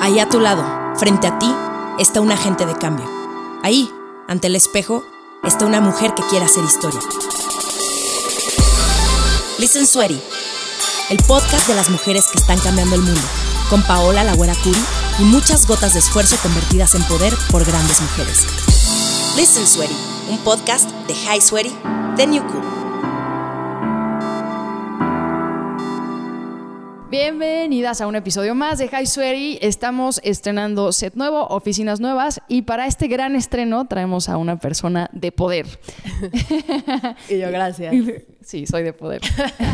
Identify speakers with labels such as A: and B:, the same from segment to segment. A: Ahí a tu lado, frente a ti, está un agente de cambio. Ahí, ante el espejo, está una mujer que quiere hacer historia. Listen Sweaty, el podcast de las mujeres que están cambiando el mundo, con Paola Lagüera Curi y muchas gotas de esfuerzo convertidas en poder por grandes mujeres. Listen Sweaty, un podcast de High Sweaty de New Cool.
B: Bienvenidas a un episodio más de High Sweaty. Estamos estrenando set nuevo, oficinas nuevas y para este gran estreno traemos a una persona de poder.
C: Y yo, gracias.
B: Sí, soy de poder.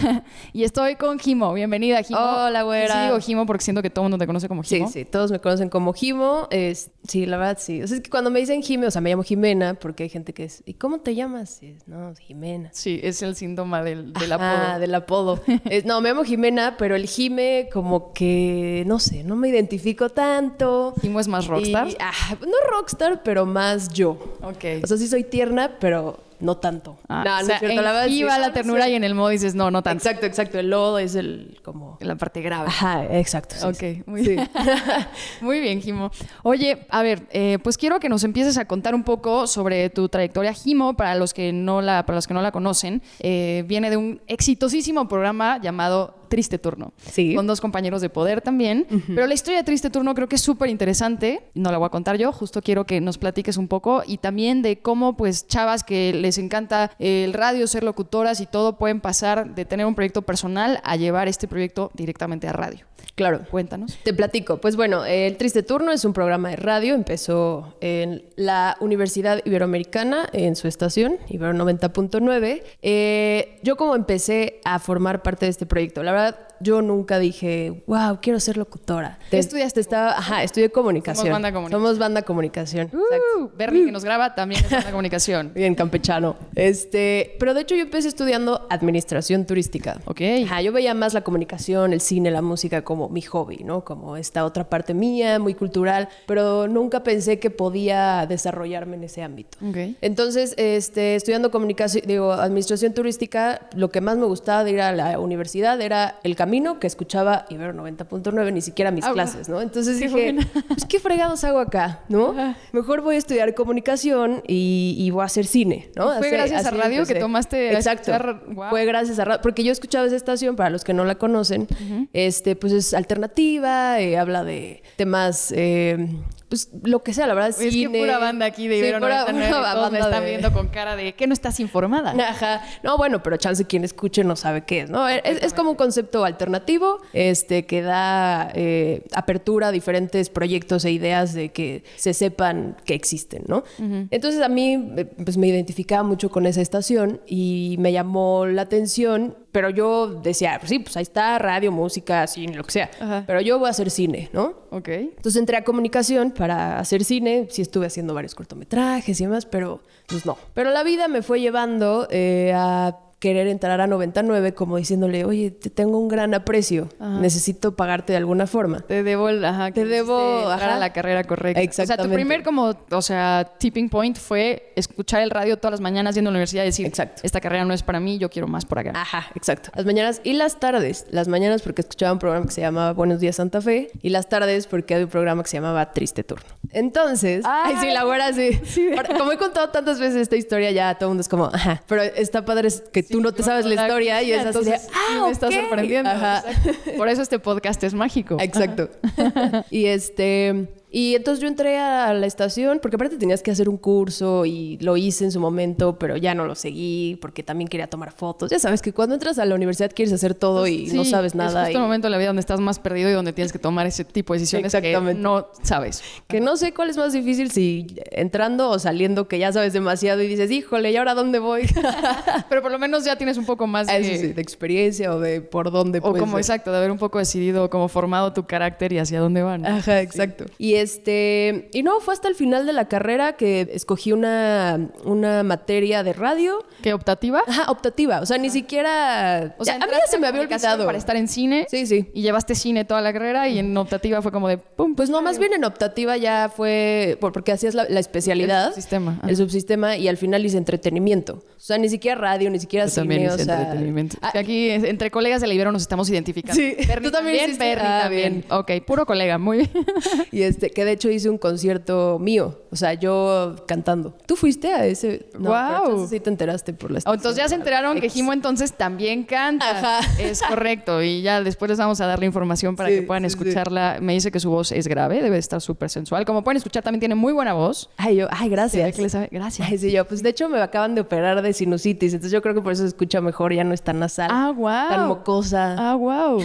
B: y estoy con Jimo. Bienvenida, Jimo.
C: Hola, güera.
B: Sí, digo Jimo porque siento que todo el mundo te conoce como
C: Sí,
B: Jimo.
C: sí, todos me conocen como Jimo. Es, sí, la verdad, sí. O sea, es que cuando me dicen Jime, o sea, me llamo Jimena, porque hay gente que es, ¿y cómo te llamas? Y es, no, Jimena.
B: Sí, es el síntoma del, del
C: Ah,
B: apodo.
C: del apodo. Es, no, me llamo Jimena, pero el Jime como que, no sé, no me identifico tanto.
B: Jimo es más rockstar.
C: Y- ah, no rockstar, pero más yo.
B: Ok.
C: O sea, sí soy tierna, pero no tanto.
B: Ah,
C: no,
B: o sea, en
C: verdad,
B: Ji
C: sí.
B: va
C: Ah,
B: la
C: no
B: ternura
C: sé.
B: y en el modo dices, no, no tanto.
C: Exacto, exacto. El lodo es el como...
B: La parte grave.
C: Ajá, exacto. sí, sí.
B: Ok, muy bien. muy bien, Jimo. Oye, a ver, eh, pues quiero que nos empieces a contar un poco sobre tu trayectoria, Jimo, para los que no la, para los que no la conocen. eh, viene de un exitosísimo programa llamado Triste Turno.
C: Sí.
B: Con dos compañeros de poder también. Pero la historia de Triste Turno creo que es súper interesante. No la voy a contar yo, justo quiero que nos platiques un poco y también de cómo, pues, chavas que les encanta el radio, ser locutoras y todo, pueden pasar de tener un proyecto personal a llevar este proyecto directamente a radio.
C: Claro.
B: Cuéntanos.
C: Te platico. Pues bueno, eh, El Triste Turno es un programa de radio. Empezó en la Universidad Iberoamericana, en su estación, Ibero 90.9. Eh, yo como empecé a formar parte de este proyecto, la verdad, yo nunca dije, wow, quiero ser locutora.
B: ¿Qué estudiaste?
C: Estaba, ajá, estudié comunicación.
B: Somos banda comunicación.
C: Somos banda comunicación. Exacto.
B: Uh, Bernie, que nos graba, también es una comunicación.
C: Bien campechano. Este, pero de hecho yo empecé estudiando administración turística.
B: Ok.
C: Ajá, yo veía más la comunicación, el cine, la música como mi hobby, ¿no? Como esta otra parte mía, muy cultural, pero nunca pensé que podía desarrollarme en ese ámbito.
B: Ok.
C: Entonces, este, estudiando comunicación, digo, administración turística, lo que más me gustaba de ir a la universidad era el camino que escuchaba Ibero 90.9, ni siquiera mis
B: Ah,
C: clases, ¿no? Entonces
B: qué
C: dije,
B: buena.
C: pues qué fregados hago acá, ¿no?
B: Ajá.
C: Mejor voy a estudiar comunicación y, y voy a hacer cine, ¿no?
B: Y fue gracias a radio que tomaste a
C: Exacto.
B: escuchar- guau.
C: Fue gracias a radio, porque yo escuchaba esa estación, para los que no la conocen, este, pues es alternativa, eh, habla de temas, eh, pues lo que sea, la verdad,
B: Es que
C: cine.
B: pura banda aquí de
C: Sí,
B: Ibero
C: pura-
B: 99,
C: pura
B: todos me
C: banda
B: están
C: de-
B: viendo con cara de que no estás informada.
C: Ajá. No, bueno, pero chance quien escuche no sabe qué es, ¿no? Es, es como un concepto alternativo este, que da eh, apertura a diferentes proyectos e ideas de que se sepan que existen, ¿no? Entonces a mí eh, pues, me identificaba mucho con esa estación y me llamó la atención, pero yo decía, "Pues sí, pues ahí está, radio, música, cine, lo que sea,
B: Ajá.
C: pero yo voy a hacer cine, ¿no?
B: Ok.
C: Entonces entré a comunicación para hacer cine, sí estuve haciendo varios cortometrajes y demás, pero pues no. Pero la vida me fue llevando eh, a querer entrar a 99 como diciéndole, oye, te tengo un gran aprecio,
B: Ajá.
C: necesito pagarte de alguna forma.
B: Te debo, el- ajá, que
C: Te debo,
B: quisiste entrar
C: ajá.
B: a la carrera correcta. O sea, tu
C: Exactamente.
B: primer como, o sea, tipping point fue escuchar el radio todas las mañanas yendo a la universidad y decir,
C: Exacto. Ah,
B: esta carrera no es para mí, yo quiero más por acá.
C: Ajá, exacto. Las mañanas y las tardes. Las mañanas porque escuchaba un programa que se llamaba Buenos Días Santa Fe y las tardes porque había un programa que se llamaba Triste Turno. Entonces,
B: Ay.
C: ay, sí, la güera Ah, sí. Ahora, como he contado tantas veces esta historia, ya todo el mundo es como, ajá, pero está padre es que tú no te
B: Yo
C: sabes la
B: la
C: historia y
B: conocía,
C: es así de,
B: entonces, sí
C: ah,
B: me está
C: ok".
B: sorprendiendo.
C: Ajá.
B: Exacto. Por eso este podcast es mágico.
C: Exacto. y este. Y entonces yo entré a la estación, porque aparte tenías que hacer un curso y lo hice en su momento, pero ya no lo seguí porque también quería tomar fotos. Ya sabes que cuando entras a la universidad quieres hacer todo y no
B: Sí,
C: sabes nada.
B: Es justo
C: y-
B: el momento de la vida donde estás más perdido y donde tienes que tomar ese tipo de decisiones que
C: Exactamente.
B: no sabes.
C: Que no sé cuál es más difícil si entrando o saliendo que ya sabes demasiado y dices, híjole, ¿y ahora dónde voy?
B: Pero por lo menos ya tienes un poco más de...
C: Eso Ah, sí, de experiencia o de por dónde
B: o
C: puedes
B: como
C: ser.
B: exacto, de haber un poco decidido, como formado tu carácter y hacia dónde van.
C: Ajá, exacto. Y este, y no, fue hasta el final de la carrera que escogí una, una materia de radio.
B: ¿Qué optativa?
C: Ajá, optativa. O sea, ni siquiera.
B: O sea,
C: a mí ya
B: entraste
C: se me
B: en
C: había
B: comunicación
C: olvidado.
B: Para estar en cine.
C: Sí, sí.
B: Y llevaste cine toda la carrera y en optativa fue como de pum.
C: Pues no, más bien en optativa ya fue por- porque hacías la, la especialidad.
B: El subsistema, ah.
C: El subsistema y al final hice entretenimiento. O sea, ni siquiera radio, ni siquiera
B: Yo
C: cine.
B: también
C: o
B: hice
C: sea,
B: entretenimiento.
C: ah,
B: Que aquí es- entre colegas de la Ibero nos estamos identificando.
C: Sí.
B: Bernie
C: Tú también hiciste-
B: Bernie
C: ah,
B: también. Ok, puro colega, muy bien.
C: y este, que de hecho hice un concierto mío. O sea, yo cantando. ¿Tú fuiste a ese? No,
B: Guau.
C: pero entonces sí te enteraste por la
B: O, Entonces ya se
C: estación.
B: enteraron que Jimo entonces también canta.
C: Ajá.
B: Es correcto. Y ya después les vamos a dar la información para
C: Sí,
B: que puedan
C: sí, sí.
B: escucharla. Me dice que su voz es grave, debe estar súper sensual. Como pueden escuchar, también tiene muy buena voz.
C: Ay, yo, ay,
B: Se ve
C: gracias.
B: que le sabe- Gracias.
C: Ay, sí, yo, pues de hecho me acaban de operar de sinusitis, entonces yo creo que por eso se escucha mejor, ya no es tan nasal,
B: Ah, guau.
C: tan mocosa.
B: Ah, wow.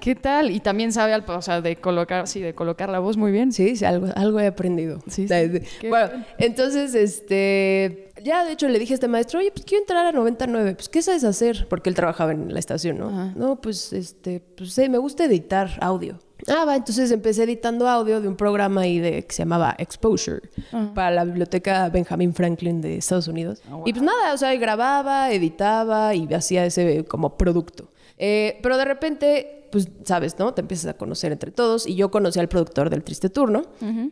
B: ¿Qué tal? Y también sabe al, o sea, de colocar, sí, de colocar la voz muy bien.
C: Sí, sí, algo, algo he aprendido.
B: Sí, sí.
C: O sea, de-
B: Qué
C: Bueno, entonces, este, ya de hecho le dije a este maestro, oye, pues quiero entrar a 99, pues ¿qué sabes hacer? Porque él trabajaba en la estación, ¿no? No, pues, este, pues sí, me gusta editar audio. Ah, va, entonces empecé editando audio de un programa ahí de, que se llamaba Exposure
B: Ah.
C: para la biblioteca Benjamin Franklin de Estados Unidos. Y pues nada, o sea, grababa, editaba y hacía ese como producto. Eh, pero de repente, pues, sabes, ¿no? Te empiezas a conocer entre todos. Y yo conocí al productor del Triste Turno.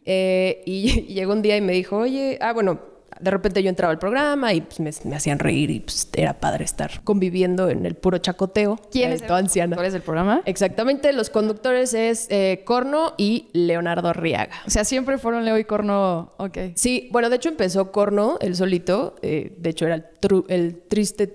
C: Eh, y, y llegó un día y me dijo, oye, ah, bueno, de repente yo entraba al programa y pues, me, me hacían reír y pues, era padre estar conviviendo en el puro chacoteo.
B: ¿Quién
C: Eh,
B: es el
C: toda anciana.
B: ¿Tú eres del programa?
C: Exactamente, los conductores es eh, Corno y Leonardo Arriaga.
B: O sea, siempre fueron Leo y Corno. Ok.
C: Sí, bueno, de hecho empezó Corno, él solito. eh, de hecho, era el, tru- el triste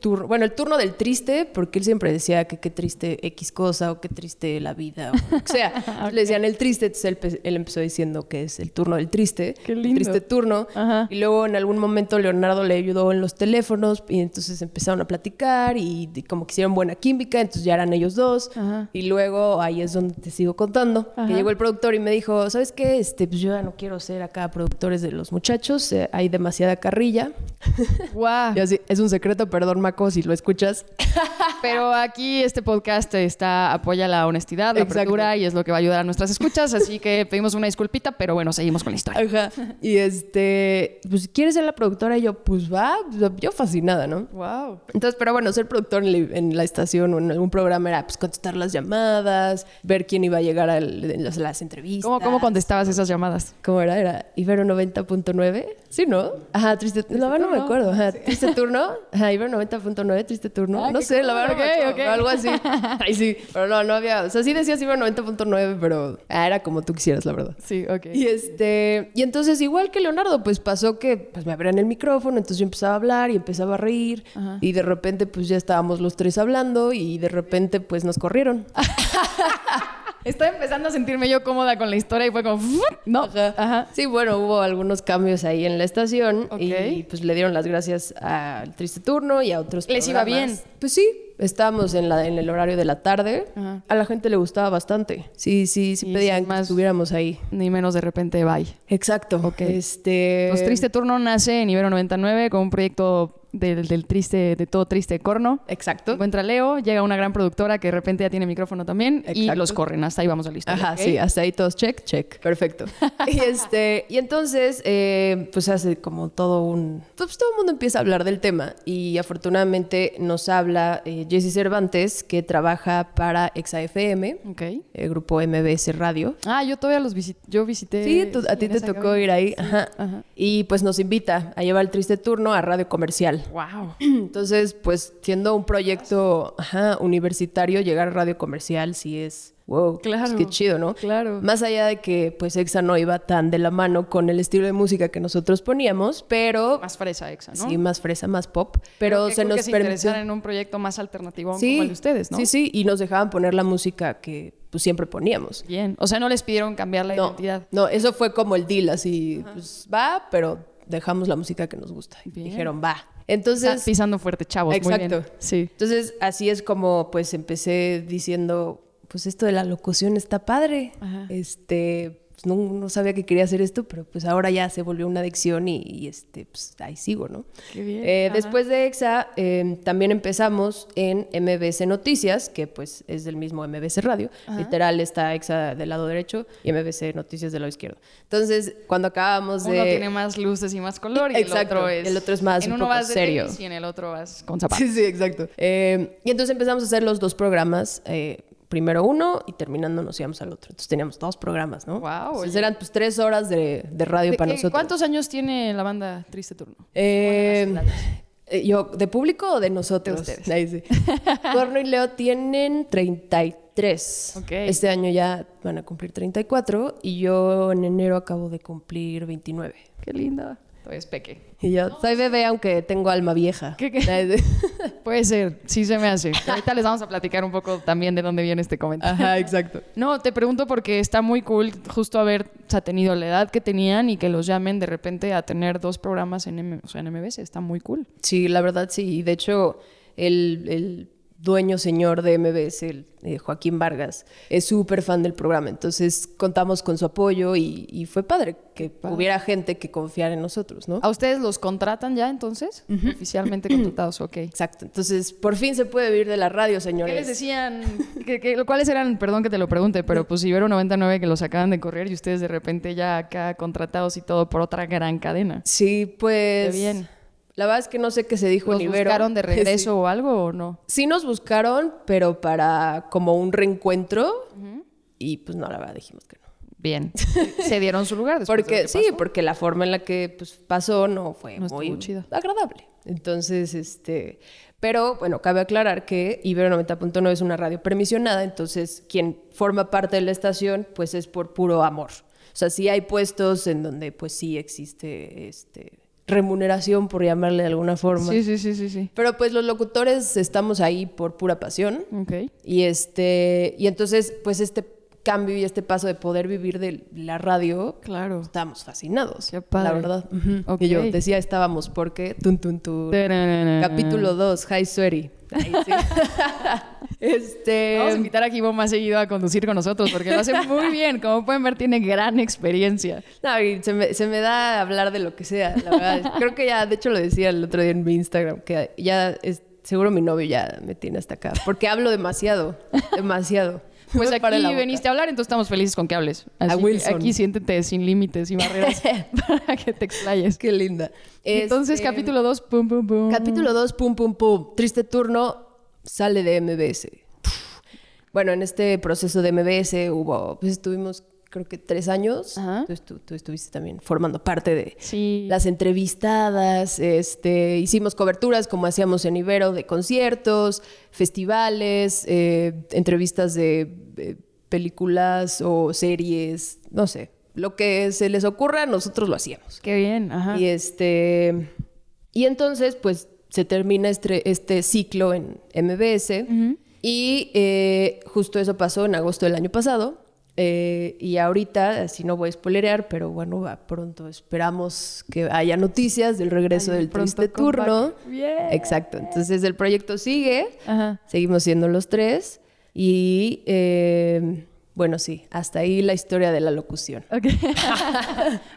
C: turno. Bueno, el turno del triste, porque él siempre decía que qué triste X cosa o qué triste la vida. O, lo que sea, Entonces, le decían el triste, entonces él, pe- él empezó diciendo que es el turno del triste.
B: Qué
C: el
B: lindo.
C: Triste turno.
B: Ajá.
C: Y luego en algún momento Leonardo le ayudó en los teléfonos y entonces empezaron a platicar y, y como que hicieron buena química, entonces ya eran ellos dos.
B: Ajá.
C: Y luego ahí es donde te sigo contando.
B: Ajá.
C: Que llegó el productor y me dijo, ¿sabes qué? Este, pues yo ya no quiero ser acá productores de los muchachos, eh, hay demasiada carrilla.
B: Guau.
C: Y así, es un secreto, perdón Maco si lo escuchas.
B: Pero aquí este podcast está apoya la honestidad, la
C: Exacto.
B: apertura y es lo que va a ayudar a nuestras escuchas, así que pedimos una disculpita, pero bueno, seguimos con la historia.
C: Ajá. Y este, pues ¿quieres ser la productora? Y yo, pues va, yo fascinada, ¿no?
B: Wow.
C: Entonces, pero bueno, ser productor en la, en la estación o en algún programa era pues contestar las llamadas, ver quién iba a llegar a las, las entrevistas.
B: ¿Cómo, cómo contestabas esas llamadas?
C: ¿Cómo era? ¿Era Ibero 90.9? Sí, ¿no? Ajá, triste, La verdad no me
B: turno.
C: acuerdo. Ajá, triste turno. Ajá, Ibero 90.9, triste turno.
B: Ah,
C: no
B: qué
C: sé, la
B: cool,
C: verdad no me
B: ok,
C: acuerdo,
B: ok.
C: pero algo así. Ay, sí. Pero no, no había... O sea, sí decías Ibero 90.9, pero ah, era como tú quisieras, la verdad.
B: Sí, ok.
C: Y este, y entonces igual que Leonardo, pues pasó que pues me abrían el micrófono, entonces yo empezaba a hablar y empezaba a reír y de repente pues ya estábamos los tres hablando y de repente pues nos corrieron.
B: Estaba empezando a sentirme yo cómoda con la historia y fue como, "Fup". no, ajá.
C: Sí, bueno, hubo algunos cambios ahí en la estación
B: Ok.
C: y pues le dieron las gracias al Triste Turno y a otros
B: ¿Les iba
C: programas.
B: bien?
C: Pues sí, estábamos en, la, en el horario de la tarde. A la gente le gustaba bastante. Sí, sí, sí
B: Y
C: pedían
B: sin
C: que
B: más-
C: estuviéramos ahí.
B: Ni menos de repente, bye.
C: Exacto. Este...
B: Pues Triste Turno nace en Ibero 99 con un proyecto del, del triste, de todo triste corno.
C: Exacto.
B: Encuentra Leo, llega una gran productora que de repente ya tiene micrófono también y
C: Exacto.
B: los corren. Hasta ahí vamos a la historia.
C: Ajá,
B: ¿ok?
C: sí, hasta ahí todos check, check. Perfecto. y este, y entonces, eh, pues hace como todo un. Pues todo el mundo empieza a hablar del tema. Y afortunadamente nos habla eh, Jesse Cervantes, que trabaja para ExaFM,
B: Ok.
C: el grupo MBS Radio.
B: Ah, yo todavía los visité. Yo visité.
C: Sí, tú- a ti
B: en
C: te
B: esa
C: tocó
B: cabina.
C: ir ahí. Ajá.
B: ajá.
C: Y pues nos invita a llevar el triste turno a Radio Comercial.
B: Wow.
C: Entonces, pues siendo un proyecto ajá, universitario, llegar a radio comercial sí es, wow,
B: Claro,
C: pues, qué chido, ¿no?
B: claro.
C: Más allá de que pues EXA no iba tan de la mano con el estilo de música que nosotros poníamos, pero
B: Más fresa exa, ¿no?
C: sí, más fresa, más pop,
B: Creo
C: pero
B: que
C: se
B: cool que
C: nos
B: se
C: permitió...
B: interesaran en un proyecto más alternativo
C: Sí,
B: como el de ustedes, ¿no?
C: Sí, sí, y nos dejaban poner la música que pues siempre poníamos.
B: Bien. O sea, no les pidieron cambiar la
C: No,
B: identidad.
C: no, eso fue como el deal, así, pues va, pero dejamos la música que nos gusta. Y
B: Bien.
C: Dijeron, va.
B: Está
C: Entonces,
B: pisando fuerte, chavos. Muy bien.
C: Exacto.
B: Sí.
C: Entonces, así es como pues empecé diciendo, pues esto de la locución está padre.
B: Ajá.
C: Este, pues, pues, no, no, sabía que quería hacer esto, pero pues ahora ya se volvió una adicción y, y este, pues ahí sigo, ¿no?
B: Qué bien,
C: Eh,
B: ajá.
C: después de EXA eh, también empezamos en MBC Noticias, que pues es del mismo MBC Radio. Literal está EXA del lado derecho y MBC Noticias del lado izquierdo. Entonces, cuando acabamos de...
B: Uno tiene más luces y más color y
C: eh, Exacto,
B: el otro es...
C: el otro es más
B: En
C: un
B: uno
C: poco
B: vas de
C: serio.
B: tenis y en el otro vas con zapatos.
C: Sí, sí, exacto. Eh, y entonces empezamos a hacer los dos programas. eh, primero uno y terminando nos íbamos al otro. Entonces teníamos dos programas, ¿no?
B: Guau,
C: Entonces
B: oye.
C: eran pues tres horas de, de radio
B: ¿De
C: para
B: qué-
C: nosotros.
B: ¿Cuántos años tiene la banda Triste Turno?
C: Eh,
B: Bueno, las-
C: eh, yo, ¿de público o de nosotros?
B: De ustedes.
C: Ahí sí. Corno y Leo tienen 33.
B: Ok.
C: Este año ya van a cumplir 34 y yo en enero acabo de cumplir 29.
B: Qué linda. Todavía es peque.
C: Y yo soy bebé aunque tengo alma vieja.
B: ¿Qué, qué?
C: Ahí sí.
B: Puede ser, sí se me hace. Ahorita les vamos a platicar un poco también de dónde viene este comentario.
C: Ajá, exacto.
B: No, te pregunto porque está muy cool justo haber o sea, tenido la edad que tenían y que los llamen de repente a tener dos programas en, M- o sea, en MBS. Está muy cool.
C: Sí, la verdad sí. Y de hecho, el, el dueño señor de MBS, el, eh, Joaquín Vargas, es súper fan del programa. Entonces contamos con su apoyo y, y fue padre que hubiera gente que confiara en nosotros, ¿no?
B: ¿A ustedes los contratan ya entonces? Oficialmente contratados, ok.
C: Exacto. Entonces, por fin se puede vivir de la
B: ¿Qué
C: radio,
B: les
C: señores.
B: decían? ¿Qué- qué- ¿Cuáles eran? Perdón que te lo pregunte, pero pues Ibero99 que los acaban de correr y ustedes de repente ya acá contratados y todo por otra gran cadena.
C: Sí, pues.
B: Qué bien.
C: La verdad es que no sé qué se dijo
B: ¿Los
C: en Ibero.
B: buscaron de
C: Sí.
B: regreso o algo o no?
C: Sí nos buscaron, pero para como un reencuentro. Y pues no, la verdad dijimos que no.
B: Bien. Se dieron su lugar después de lo
C: Porque,
B: que
C: sí, porque la forma en la que pues, pasó no fue
B: No estuvo
C: muy
B: chida.
C: agradable. Entonces, este, pero bueno, cabe aclarar que Ibero 90.9 es una radio permisionada, entonces quien forma parte de la estación pues es por puro amor. O sea, sí hay puestos en donde pues sí existe este, remuneración, por llamarle de alguna forma.
B: Sí, sí, sí, sí, sí.
C: Pero pues los locutores estamos ahí por pura pasión.
B: Ok.
C: Y este, y entonces, pues este cambio y este paso de poder vivir de la radio,
B: Claro.
C: estábamos fascinados.
B: Qué padre.
C: La verdad. Ujú.
B: Ok.
C: Y yo decía estábamos porque tun tun tun. Capítulo 2, Hi Sueri. Ahí sí. este
B: Vamos a invitar a Kibo más seguido a conducir con nosotros porque lo hace muy bien. Como pueden ver, tiene gran experiencia.
C: No, y se me, se me da hablar de lo que sea, la verdad. Creo que ya, de hecho lo decía el otro día en mi Instagram, que ya es, seguro mi novio ya me tiene hasta acá, porque hablo demasiado, demasiado.
B: Pues
C: Me para la
B: aquí
C: boca.
B: veniste a hablar, entonces estamos felices con que hables. Así
C: A
B: que
C: Wilson.
B: Aquí siéntete sin límites y barreras para que te explayes.
C: Qué linda.
B: Entonces,
C: Este,
B: capítulo 2, pum, pum, pum.
C: Capítulo 2, pum, pum, pum. Triste turno, sale de MBS. Puf. Bueno, en este proceso de MBS hubo, pues estuvimos creo que tres años.
B: Ajá.
C: Tú, estu- tú estuviste también formando parte de
B: Sí.
C: las entrevistadas. Este, hicimos coberturas como hacíamos en Ibero de conciertos, festivales, eh, entrevistas de eh, películas o series, no sé. Lo que se les ocurra, nosotros lo hacíamos.
B: Qué bien, ajá.
C: Y este. Y entonces, pues, se termina este, este ciclo en MBS. Y eh, justo eso pasó en agosto del año pasado. Eh, y ahorita, así no voy a spoilerear, pero bueno, va pronto esperamos que haya noticias del regreso
B: Ay,
C: del
B: pronto
C: triste turno.
B: comeback. Bien.
C: Exacto. Entonces el proyecto sigue.
B: Ajá.
C: Seguimos siendo los tres. Y eh, bueno, sí, hasta ahí la historia de la locución.
B: Ok.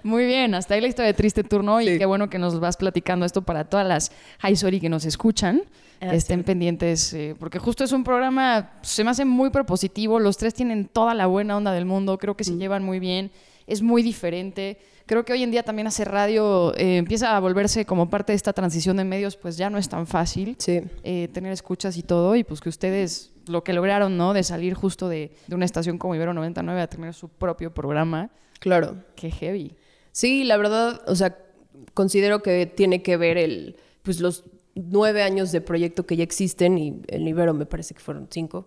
B: Muy bien, hasta ahí la historia de Triste Turno y
C: Sí.
B: qué bueno que nos vas platicando esto para todas las Hi Sorry que nos escuchan. Estén pendientes, eh, porque justo es un programa, se me hace muy propositivo, los tres tienen toda la buena onda del mundo, creo que se llevan muy bien, es muy diferente. Creo que hoy en día también hacer radio eh, empieza a volverse como parte de esta transición de medios, pues ya no es tan fácil
C: Sí.
B: eh, tener escuchas y todo, y pues que ustedes lo que lograron, ¿no? De salir justo de, de una estación como Ibero 99 a tener su propio programa,
C: Claro.
B: qué heavy.
C: Sí, la verdad, o sea, considero que tiene que ver el, pues los nueve años de proyecto que ya existen y el Ibero me parece que fueron cinco,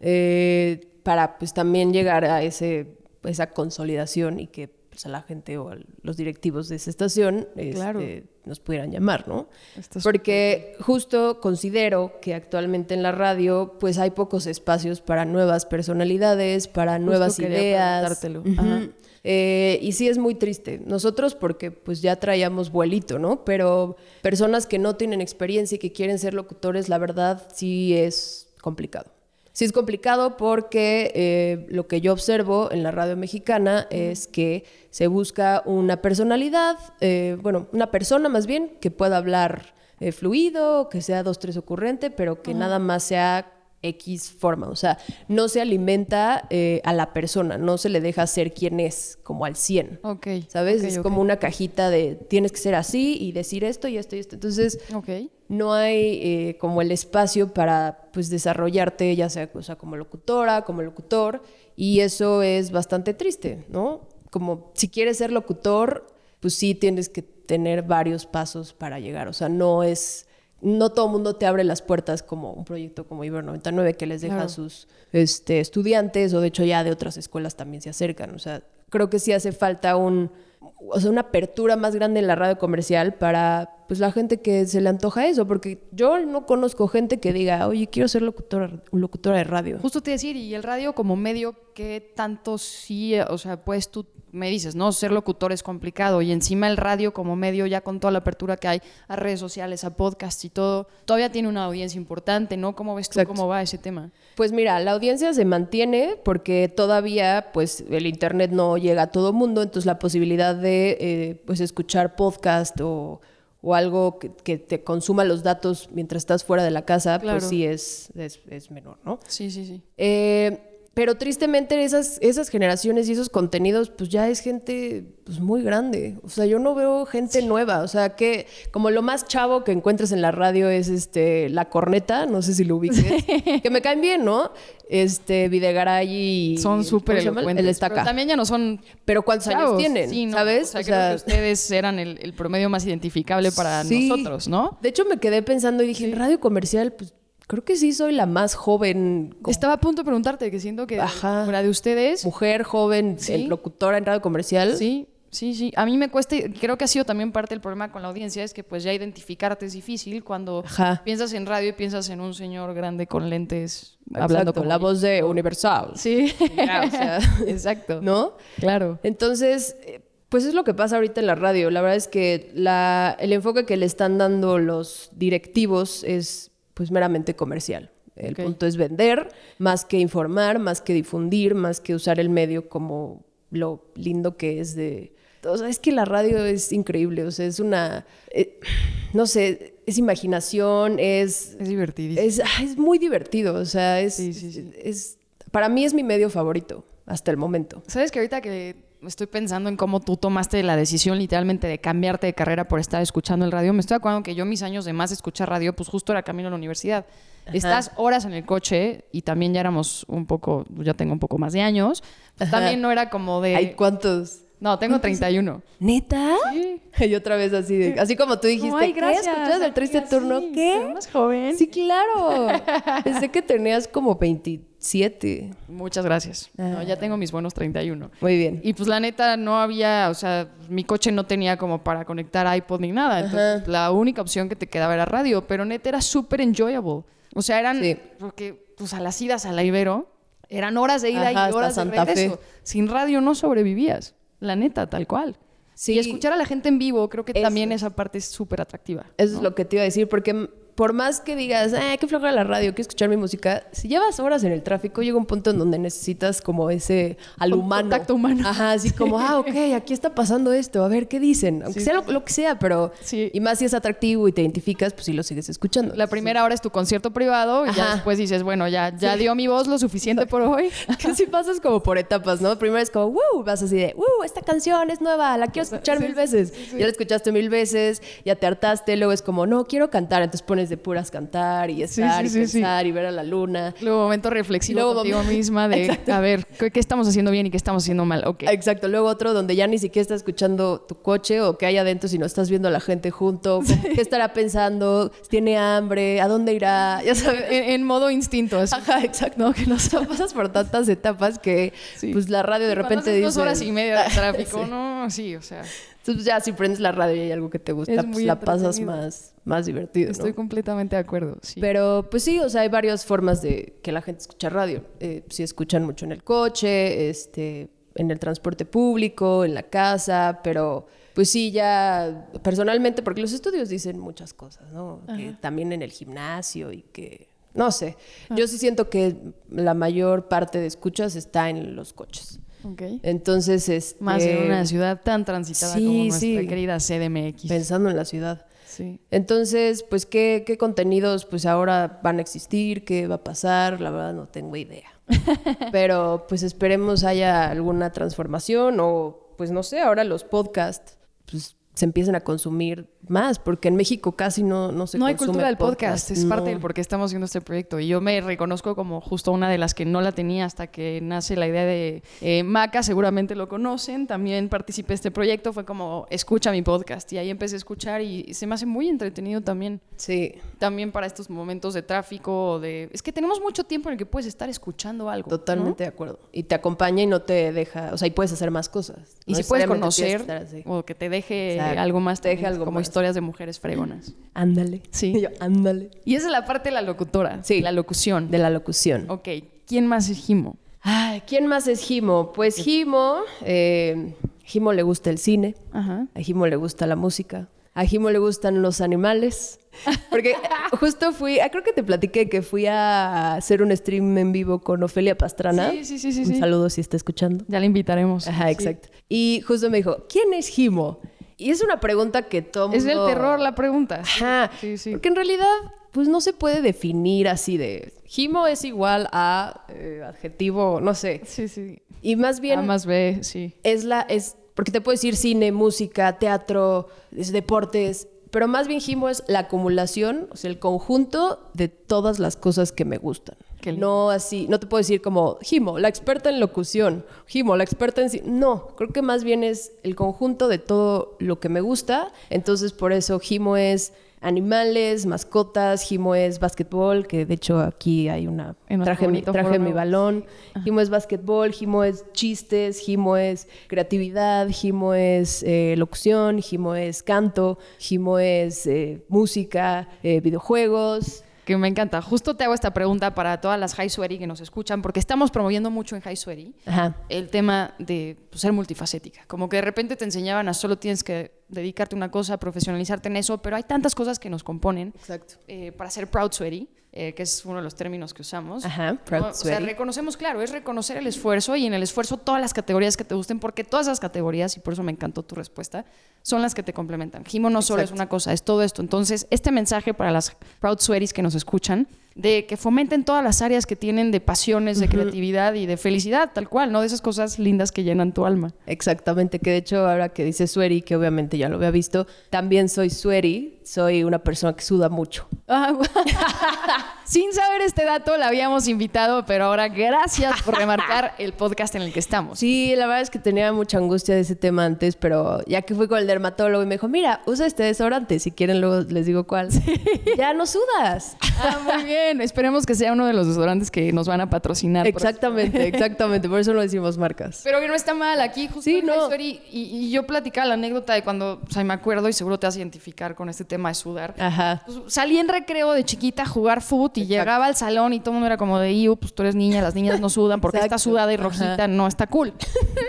C: eh, para pues también llegar a ese, esa consolidación y que pues, a la gente o a los directivos de esa estación este,
B: Claro.
C: nos pudieran llamar, ¿no?
B: Está súper
C: Porque justo considero que actualmente en la radio pues hay pocos espacios para nuevas personalidades, para nuevas
B: quería
C: ideas.
B: preguntártelo.
C: Ujú.
B: Ajá.
C: Eh, y sí es muy triste. Nosotros porque pues ya traíamos vuelito, ¿no? Pero personas que no tienen experiencia y que quieren ser locutores, la verdad sí es complicado. Sí, es complicado porque eh, lo que yo observo en la radio mexicana es que se busca una personalidad, eh, bueno, una persona más bien que pueda hablar eh, fluido, que sea dos, tres ocurrente, pero que nada más sea X forma, o sea, no se alimenta eh, a la persona, no se le deja ser quien es, como al 100.
B: Ok,
C: ¿Sabes?
B: ok,
C: es
B: ok.
C: como una cajita de tienes que ser así y decir esto y esto y esto. Entonces,
B: Ok.
C: no hay eh, como el espacio para pues desarrollarte ya sea, o sea, como locutora, como locutor y eso es bastante triste, ¿no? Como si quieres ser locutor, pues sí tienes que tener varios pasos para llegar, o sea, no es no todo el mundo te abre las puertas como un proyecto como Ibero 99 que les deja
B: Claro.
C: sus este, estudiantes o de hecho ya de otras escuelas también se acercan, o sea, creo que sí hace falta un o sea, una apertura más grande en la radio comercial para pues la gente que se le antoja eso, porque yo no conozco gente que diga, oye, quiero ser locutora, locutora de radio.
B: Justo te iba a decir, y el radio como medio, ¿qué tanto sí? eh, O sea, pues tú me dices, ¿no? Ser locutor es complicado y encima el radio como medio, ya con toda la apertura que hay a redes sociales, a podcasts y todo, todavía tiene una audiencia importante, ¿no? ¿Cómo ves tú
C: Exacto.
B: cómo va ese tema?
C: Pues mira, la audiencia se mantiene porque todavía pues el internet no llega a todo mundo, entonces la posibilidad de eh, pues escuchar podcast o, o algo que, que te consuma los datos mientras estás fuera de la casa,
B: Claro.
C: pues sí es, es, es menor, ¿no?
B: Sí, sí, sí.
C: Eh, pero tristemente esas, esas generaciones y esos contenidos, pues ya es gente pues, muy grande. O sea, yo no veo gente nueva. O sea, que como lo más chavo que encuentras en la radio es este la corneta, no sé si lo ubiques, que me caen bien, ¿no? Este, Videgaray y...
B: Son
C: ¿cómo
B: súper
C: se llama?
B: elocuentes.
C: El
B: Pero
C: estaca.
B: también ya no son
C: Pero ¿cuántos años
B: chavos.
C: tienen?
B: Sí, no, O
C: ¿Sabes?
B: sea, creo que ustedes eran el, el promedio más identificable para
C: Sí.
B: nosotros, ¿no?
C: De hecho, me quedé pensando y dije, en radio comercial, pues creo que sí soy la más joven. como
B: Estaba a punto de preguntarte, que siento que
C: Ajá.
B: la de ustedes...
C: Mujer joven,
B: Sí.
C: locutora en radio comercial.
B: Sí, sí, sí. A mí me cuesta, y creo que ha sido también parte del problema con la audiencia, es que pues ya identificarte es difícil cuando
C: Ajá.
B: piensas en radio y piensas en un señor grande con lentes hablando
C: con
B: con
C: la voz de Universal.
B: Sí,
C: Ya, o sea,
B: exacto.
C: ¿No?
B: Claro.
C: Entonces, eh, pues es lo que pasa ahorita en la radio. La verdad es que la- el enfoque que le están dando los directivos es pues meramente comercial. El
B: Ok.
C: punto es vender, más que informar, más que difundir, más que usar el medio como lo lindo que es de... O sea, es que la radio es increíble, o sea, es una... eh, no sé, es imaginación, es
B: Es divertidísimo.
C: es, ah, es muy divertido, o sea, es,
B: Sí, sí, sí.
C: es- para mí es mi medio favorito hasta el momento.
B: ¿Sabes que ahorita que estoy pensando en cómo tú tomaste la decisión literalmente de cambiarte de carrera por estar escuchando el radio? Me estoy acordando que yo mis años de más escuchar radio, pues justo era camino a la universidad. Estás horas en el coche y también ya éramos un poco, ya tengo un poco más de años. Pues,
C: Ajá.
B: también no era como de...
C: Hay cuántos.
B: No, tengo 31.
C: ¿Neta? Y otra vez así de, así como tú dijiste,
B: Ay, gracias,
C: ¿qué escuchas del triste
B: amiga,
C: turno?
B: sí, soy
C: ¿Qué?
B: más joven.
C: Sí, claro. Pensé que tenías como 27.
B: Muchas gracias. No, ya tengo mis buenos 31.
C: Muy bien.
B: Y pues la neta no había, o sea, mi coche no tenía como para conectar iPod ni nada. Entonces la única opción que te quedaba era radio, pero neta era súper enjoyable. O sea, eran,
C: Sí.
B: porque pues a las idas a la Ibero, eran horas de ida
C: Ajá,
B: y
C: hasta
B: horas de
C: Santa Fe.
B: regreso. Sin radio no sobrevivías, la neta, tal cual.
C: Sí.
B: Y escuchar a la gente en vivo, creo que
C: Eso.
B: también esa parte es súper atractiva.
C: Eso es lo que te iba a decir, porque m- por más que digas, ay, qué flojera la radio, quiero escuchar mi música, si llevas horas en el tráfico, llega un punto en donde necesitas como ese al
B: Un
C: humano.
B: contacto humano.
C: Ajá, así como, ah, ok, aquí está pasando esto, a ver qué dicen, aunque sea lo, lo que sea, pero.
B: Sí.
C: Y más si es atractivo y te identificas, pues sí lo sigues escuchando.
B: La primera hora es tu concierto privado y ya
C: Ajá.
B: después dices, bueno, ya, ya dio mi voz lo suficiente por hoy.
C: Que sí pasas como por etapas, ¿no? Primero es como, wow, vas así de, wow, esta canción es nueva, la quiero escuchar mil veces. Ya la escuchaste mil veces, ya te hartaste, luego es como, no, quiero cantar, entonces pones de puras cantar y
B: Sí,
C: estar
B: sí, sí,
C: y
B: sí.
C: pensar y ver a la luna.
B: Luego momento reflexivo
C: Luego
B: contigo
C: momento-
B: misma de,
C: Exacto.
B: a ver, ¿qué, qué estamos haciendo bien y qué estamos haciendo mal? Ok.
C: Exacto, luego otro donde ya ni siquiera estás escuchando tu coche o qué hay adentro si no estás viendo a la gente junto, como, qué estará pensando, tiene hambre, a dónde irá, ya sabes.
B: En, en modo instinto, así.
C: Ajá, exacto, que no sé, pasas por tantas etapas que
B: Sí.
C: pues la radio de
B: Cuando
C: repente
B: haces
C: dice
B: dos horas y media de tráfico, no, sí, o sea,
C: Entonces pues, ya si prendes la radio y hay algo que te gusta,
B: Es muy
C: pues la pasas
B: entretenido.
C: más más divertido, ¿no?
B: estoy completamente de acuerdo. Sí.
C: Pero pues sí, o sea, hay varias formas de que la gente escucha radio. Eh, si escuchan mucho en el coche, este, en el transporte público, en la casa, pero pues sí, ya personalmente, porque los estudios dicen muchas cosas, ¿no? Que también en el gimnasio y que No sé.
B: Ah.
C: Yo sí siento que la mayor parte de escuchas está en los coches.
B: Ok.
C: Entonces, este, es
B: Más en una ciudad tan transitada
C: eh, sí,
B: como nuestra
C: sí.
B: querida CDMX.
C: Pensando en la ciudad.
B: sí.
C: Entonces, pues, ¿qué, qué contenidos pues ahora van a existir? ¿Qué va a pasar? La verdad no tengo idea. Pero pues esperemos haya alguna transformación o pues no sé, ahora los podcasts pues se empiezan a consumir más porque en México casi no, no se
B: No hay
C: consume
B: cultura del podcast, es
C: No.
B: parte del por qué estamos haciendo este proyecto. Y yo me reconozco como justo una de las que no la tenía hasta que nace la idea de eh, Maca, seguramente lo conocen, también participé de este proyecto, fue como escucha mi podcast y ahí empecé a escuchar y se me hace muy entretenido también.
C: Sí,
B: También para estos momentos de tráfico, o de... es que tenemos mucho tiempo en el que puedes estar escuchando algo. ¿no?
C: totalmente de acuerdo. Y te acompaña y no te deja, o sea, y puedes hacer más cosas.
B: Y
C: No
B: si puedes
C: necesariamente tienes
B: conocer
C: que estar así.
B: o que te deje
C: Exacto.
B: algo más,
C: Te deje
B: también,
C: algo
B: como
C: más.
B: historias de mujeres fregonas.
C: Ándale.
B: Sí.
C: Y yo, ándale.
B: Y esa es la parte de la locutora,
C: Sí.
B: la locución.
C: De la locución.
B: Ok, ¿quién más es Jimo?
C: Ay, ¿quién más es Jimo? Pues Jimo, eh, Jimo le gusta el cine,
B: Ajá.
C: a Jimo le gusta la música, a Jimo le gustan los animales. Porque justo fui, ah, creo que te platiqué que fui a hacer un stream en vivo con Ofelia Pastrana.
B: Sí, sí, sí, sí,
C: Un
B: sí.
C: saludo si está escuchando.
B: Ya la invitaremos.
C: Ajá,
B: Sí.
C: exacto. Y justo me dijo, ¿quién es Jimo? Y es una pregunta que todo
B: Es el
C: mundo-
B: terror la pregunta.
C: Ajá.
B: Sí, sí.
C: Porque en realidad, pues no se puede definir así de. Jimo es igual a eh, adjetivo, no sé.
B: Sí, sí.
C: Y más bien
B: A Ah, más B, sí.
C: es la. es Porque te puedo decir cine, música, teatro, es deportes. Pero más bien Jimo es la acumulación, o sea, el conjunto de todas las cosas que me gustan.
B: Qué lindo.
C: No así, no te puedo decir como Jimo, la experta en locución, Jimo, la experta en... ci-". No, creo que más bien es el conjunto de todo lo que me gusta. Entonces, por eso Jimo es animales, mascotas, Jimo es básquetbol, que de hecho aquí hay una...
B: En nuestro
C: traje mi,
B: bonito
C: traje
B: foro
C: mi
B: nuevo.
C: balón, Jimo es básquetbol, Jimo es chistes, Jimo es creatividad, Jimo es eh, locución, Jimo es canto, Jimo es eh, música, eh, videojuegos.
B: Que me encanta. Justo te hago esta pregunta para todas las High Sweaty que nos escuchan, porque estamos promoviendo mucho en High Sweaty
C: Ajá.
B: el tema de pues, ser multifacética. Como que de repente te enseñaban a solo tienes que dedicarte a una cosa, profesionalizarte en eso, pero hay tantas cosas que nos componen.
C: Exacto.
B: eh, para ser proud sweaty, eh, que es uno de los términos que usamos.
C: Ajá,
B: ¿no?
C: proud
B: O sea,
C: sweaty.
B: reconocemos, claro, es reconocer el esfuerzo y en el esfuerzo todas las categorías que te gusten, porque todas las categorías, y por eso me encantó tu respuesta, son las que te complementan. Jimo no solo es
C: Exacto.
B: una cosa, es todo esto. Entonces, este mensaje para las proud sweaties que nos escuchan, de que fomenten todas las áreas que tienen de pasiones, de creatividad y de felicidad, tal cual, ¿no? De esas cosas lindas que llenan tu alma.
C: Exactamente, que de hecho ahora que dice Sueri, que obviamente ya lo había visto, también soy Sueri, soy una persona que suda mucho.
B: Ah, guau. Sin saber este dato, la habíamos invitado, pero ahora gracias por remarcar el podcast en el que estamos.
C: Sí, la verdad es que tenía mucha angustia de ese tema antes, pero ya que fui con el dermatólogo y me dijo, mira, usa este desodorante, si quieren luego les digo cuál. Ya no sudas.
B: Ah, muy bien. Esperemos que sea uno de los desodorantes que nos van a patrocinar. Ah, por-
C: Exactamente, exactamente, por eso no decimos marcas.
B: Pero que no está mal aquí, justo
C: Sí,
B: en
C: no.
B: High Story, y, y yo platicaba la anécdota de cuando, o sea, me acuerdo y seguro te vas a identificar con este tema de sudar.
C: Ajá.
B: Pues, salí en recreo de chiquita a jugar fútbol y llegaba al salón y todo el mundo era como de, "Iu, pues tú eres niña, las niñas no sudan, porque
C: Exacto.
B: está sudada y rojita
C: Ajá.
B: no está cool.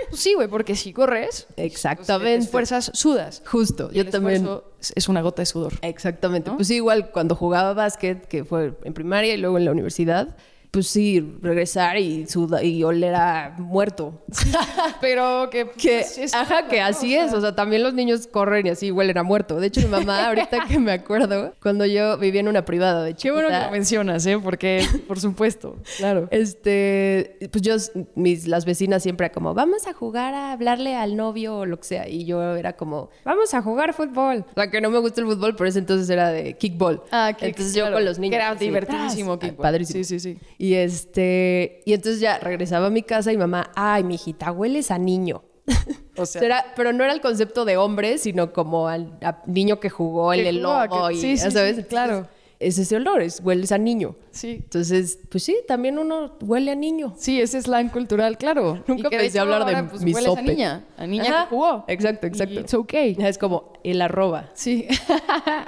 B: Pues sí, güey, porque si corres,
C: Exactamente.
B: fuerzas sudas.
C: Justo,
B: Y
C: yo
B: el
C: también.
B: esfuerzo es- Es una gota de sudor.
C: Exactamente.
B: ¿No?
C: Pues sí, igual cuando jugaba básquet, que fue en primaria y luego en la universidad, pues sí, regresar y, suda, y oler a muerto.
B: Pero que...
C: Que,
B: pues, es-
C: ajá, que así es. O sea, también los niños corren y así huelen a muerto. De hecho, mi mamá, ahorita que me acuerdo, cuando yo vivía en una privada de
B: Qué bueno que
C: chiquita,
B: lo mencionas, ¿eh? Porque, por supuesto, claro.
C: Este, pues yo, mis, las vecinas siempre como, vamos a jugar a hablarle al novio o lo que sea. Y yo era como, vamos a jugar fútbol. O sea, que no me gusta el fútbol, pero ese entonces era de kickball.
B: Ah, que-
C: Entonces yo
B: claro,
C: con los niños.
B: que Era
C: así,
B: divertidísimo.
C: tras,
B: que-
C: ah, Padrísimo.
B: Sí, sí, sí.
C: Y este, y entonces ya regresaba a mi casa y mamá, ay, mi hijita, hueles a niño.
B: O sea-
C: Era- pero no era el concepto de hombre, sino como al a niño que jugó en
B: Que
C: el
B: jugó, a que-
C: lobo. y,
B: sí, sí,
C: ya ¿sabes?
B: sí,
C: Entonces,
B: claro.
C: Es ese olor, es hueles a niño.
B: Sí.
C: Entonces, pues sí, también uno huele a niño.
B: Sí, ese slang cultural, claro.
C: Nunca
B: Y que
C: pensé
B: hecho
C: hablar de
B: ahora, pues,
C: mi
B: hueles
C: sope.
B: a niña, a niña
C: Ajá.
B: que jugó.
C: Exacto,
B: Y
C: exacto.
B: It's okay.
C: Ya es como el arroba.
B: Sí.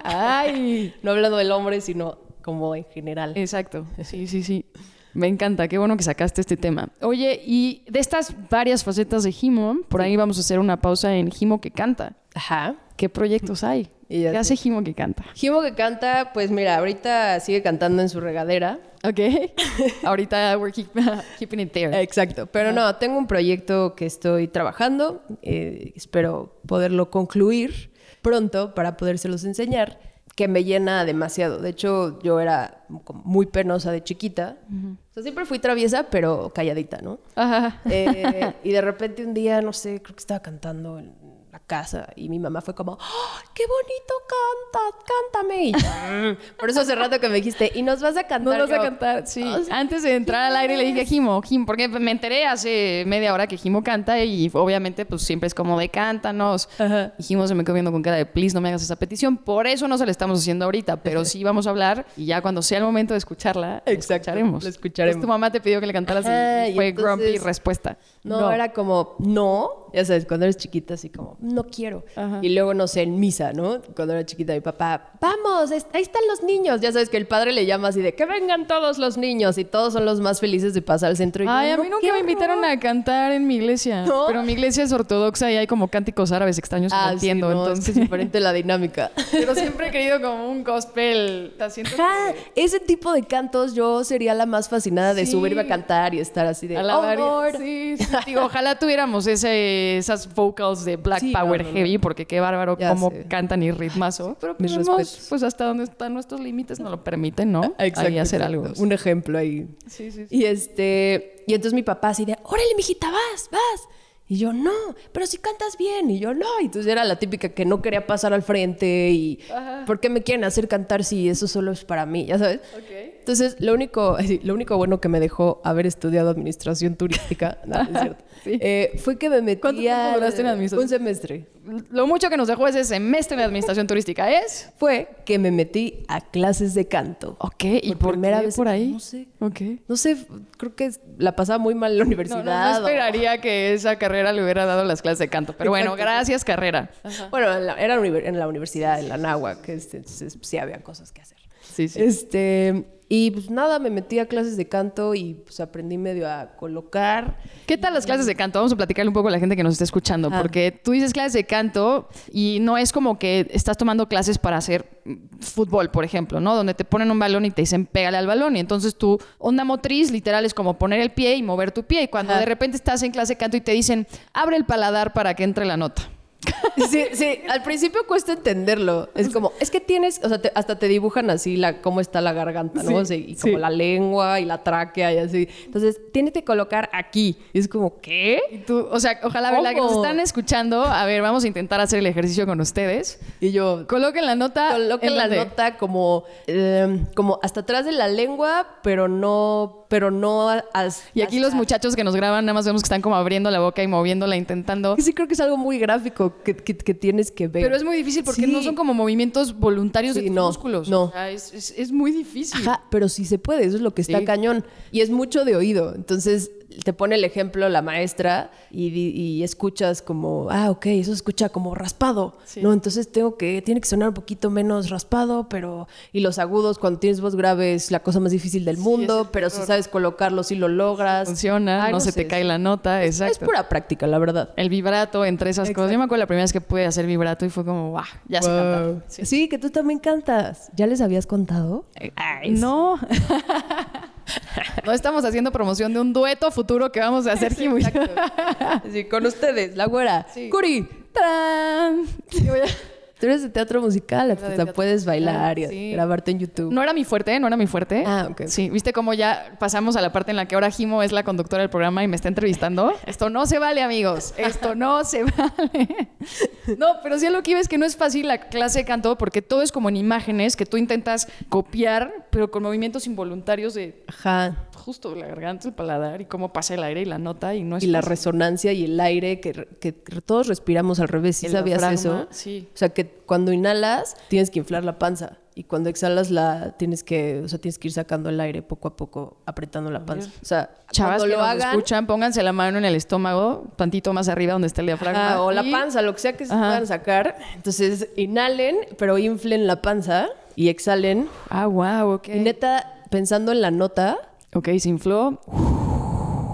B: Ay.
C: No hablando del hombre, sino como en general.
B: Exacto. Sí, sí, sí. Me encanta, qué bueno que sacaste este tema. Oye, y de estas varias facetas de Jimo, por ahí vamos a hacer una pausa en Jimo que canta.
C: Ajá.
B: ¿Qué proyectos hay?
C: Y ya
B: ¿Qué hace Jimo que canta?
C: Jimo que canta, pues mira, ahorita sigue cantando en su regadera.
B: Ok. Ahorita we're keep- keeping it there.
C: Exacto, pero no, tengo un proyecto que estoy trabajando, eh, espero poderlo concluir pronto para podérselos enseñar, que me llena demasiado. De hecho, yo era como muy penosa de chiquita, o sea, siempre fui traviesa, pero calladita, ¿no?
B: Ajá.
C: Eh, y de repente un día, no sé, creo que estaba cantando en la casa y mi mamá fue como, ¡Ah, ¡qué bonito cantas! ¡Cántame! Y yo, "Mm". por eso hace rato que me dijiste, y nos vas a
B: No
C: cantar.
B: nos va a
C: Yo,
B: cantar, sí.
C: "Ah, sí".
B: Antes de entrar al aire le dije a Jimo, Jim, porque me enteré hace media hora que Jimo canta y obviamente pues siempre es como de cántanos.
C: Ajá.
B: Y Jimo se me quedó viendo con cara de, please, no me hagas esa petición. Por eso no se la estamos haciendo ahorita, pero sí vamos a hablar y ya cuando sea el momento de escucharla, la
C: Exacto,
B: escucharemos.
C: la escucharemos.
B: Entonces, tu mamá te pidió que le cantaras y-
C: Ajá,
B: y
C: y
B: fue
C: entonces-
B: grumpy respuesta.
C: No, era como, no, ya sabes, cuando eres chiquita, así como, no quiero.
B: Ajá.
C: Y luego, no sé, en misa, ¿no? Cuando era chiquita, mi papá, vamos, es- ahí están los niños. Ya sabes que el padre le llama así de, que vengan todos los niños y todos son los más felices de pasar al centro. Y yo,
B: Ay, a
C: "No
B: mí nunca
C: quiero".
B: me invitaron a cantar en mi iglesia.
C: ¿No?
B: Pero mi iglesia es ortodoxa y hay como cánticos árabes extraños que
C: Ah,
B: no
C: sí,
B: entiendo.
C: no,
B: entonces,
C: es diferente la dinámica.
B: pero siempre he querido como un gospel. Te siento
C: Ajá, ese tipo de cantos yo sería la más fascinada de
B: Sí.
C: subirme a cantar y estar así de,
B: alabar y-
C: "Oh, Lord".
B: Sí, sí, sí. ojalá tuviéramos ese, esas vocals de Black
C: Sí,
B: Power
C: no, no, no.
B: Heavy, porque qué bárbaro
C: Ya
B: cómo
C: sé.
B: cantan y ritmazo. Pero
C: Mis
B: pues, vemos,
C: respetos.
B: pues hasta donde están nuestros límites nos lo permiten, ¿no?
C: Exacto,
B: Ahí hacer algo.
C: exacto. Un ejemplo ahí.
B: Ah, Sí, sí, sí.
C: Y este, y entonces mi papá así de, órale, mijita, vas, vas. Y yo, no, pero si cantas bien. Y yo, no. Y entonces era la típica que no quería pasar al frente y, ¿por qué me quieren hacer cantar si eso solo es para mí? Ya sabes.
B: Ok.
C: Entonces, lo único, así, lo único bueno que me dejó haber estudiado administración turística, no, no es cierto,
B: Sí.
C: eh, fue que me metí
B: ¿Cuánto tiempo
C: al-
B: duraste en administración?
C: Un semestre.
B: Lo mucho que nos dejó ese semestre de administración turística es.
C: Fue que me metí a clases de canto.
B: Ok, y por,
C: primera
B: qué
C: vez-
B: por ahí.
C: no sé.
B: Ok.
C: No sé, creo que la pasaba muy mal en la
B: No,
C: universidad.
B: no, no
C: o-
B: esperaría que esa carrera le hubiera dado las clases de canto. Pero bueno,
C: Exacto.
B: gracias, carrera.
C: Bueno, en la- era univer- en la universidad, en la náhuatl, que este, entonces, sí había cosas que hacer.
B: Sí, sí.
C: Este, y pues nada, me metí a clases de canto y pues aprendí medio a colocar.
B: ¿Qué tal las clases de canto? Vamos a platicarle un poco a la gente que nos está escuchando,
C: Ah.
B: porque tú dices clases de canto y no es como que estás tomando clases para hacer mm, fútbol, por ejemplo, ¿no? Donde te ponen un balón y te dicen pégale al balón y entonces tu onda motriz literal es como poner el pie y mover tu pie y cuando
C: Ajá.
B: de repente estás en clase de canto y te dicen abre el paladar para que entre la nota.
C: Sí, sí, al principio cuesta entenderlo. Es como, es que tienes, o sea, te- hasta te dibujan así la, cómo está la garganta, ¿no?
B: Sí,
C: O sea, y
B: sí.
C: como la lengua y la tráquea y así. Entonces, tienes que colocar aquí. Y es como, ¿qué?
B: Y tú, o sea, ojalá la que nos
C: ¿Cómo?
B: están escuchando, a ver, vamos a intentar hacer el ejercicio con ustedes.
C: Y yo,
B: Coloquen la nota.
C: Coloquen
B: ¿en
C: la
B: dónde?
C: nota como, eh, como hasta atrás de la lengua, pero no, pero no a- as-
B: Y aquí
C: hasta-
B: los muchachos que nos graban, nada más vemos que están como abriendo la boca y moviéndola, intentando.
C: Sí, creo que es algo muy gráfico que, que- que tienes que ver.
B: Pero es muy difícil porque
C: Sí.
B: no son como movimientos voluntarios de
C: Sí,
B: tus
C: no,
B: músculos.
C: no.
B: O sea, es, es- es muy difícil.
C: Ajá, pero sí se puede, eso es lo que está
B: Sí.
C: cañón. Y es mucho de oído. Entonces te pone el ejemplo la maestra y, di- y escuchas como, ah, ok, eso se escucha como raspado.
B: Sí.
C: No, entonces tengo que, tiene que sonar un poquito menos raspado, pero. Y los agudos, cuando tienes voz grave, es la cosa más difícil del
B: es
C: mundo,
B: el
C: pero si
B: peor.
C: sabes colocarlo, si lo logras.
B: Funciona,
C: Ay,
B: no, se
C: sé,
B: te cae la nota,
C: Es
B: exacto.
C: pura práctica, la verdad.
B: El vibrato entre esas cosas. Yo me acuerdo la primera vez que pude hacer vibrato y fue como, ¡guau! Ya se canta.
C: Sí. que tú también cantas. ¿Ya les habías contado?
B: No. no estamos haciendo promoción de un dueto futuro que vamos a hacer, Jimmy.
C: Sí, con ustedes, la güera. Curi,
B: ¡Tarán!
C: tú eres de teatro musical, hasta
B: teatro
C: puedes bailar y
B: musical, sí.
C: grabarte en YouTube.
B: No era mi fuerte, no era mi fuerte.
C: Ah, ok.
B: Sí, viste cómo ya pasamos a la parte en la que ahora Jimo es la conductora del programa y me está entrevistando. Esto no se vale, amigos. Esto no se vale. No, pero sí a lo que iba es que no es fácil la clase de canto porque todo es como en imágenes que tú intentas copiar, pero con movimientos involuntarios de
C: Ajá.
B: justo la garganta, el paladar y cómo pasa el aire y la nota y no es
C: Y la
B: fácil.
C: resonancia y el aire que, re- que todos respiramos al revés. ¿Sí
B: El
C: sabías
B: diafragma,
C: eso?
B: sí.
C: O sea, que cuando inhalas tienes que inflar la panza y cuando exhalas la tienes que, o sea, tienes que ir sacando el aire poco a poco, apretando la panza. O sea,
B: Chavas que
C: cuando lo
B: nos
C: hagan,
B: escuchan, pónganse la mano en el estómago, tantito más arriba donde está el diafragma.
C: Ajá, Ah, o la
B: y-
C: panza, lo que sea que se
B: Ajá.
C: puedan sacar. Entonces, inhalen, pero inflen la panza y exhalen.
B: Ah, wow, ok.
C: Y neta, pensando en la nota,
B: Ok, se infló.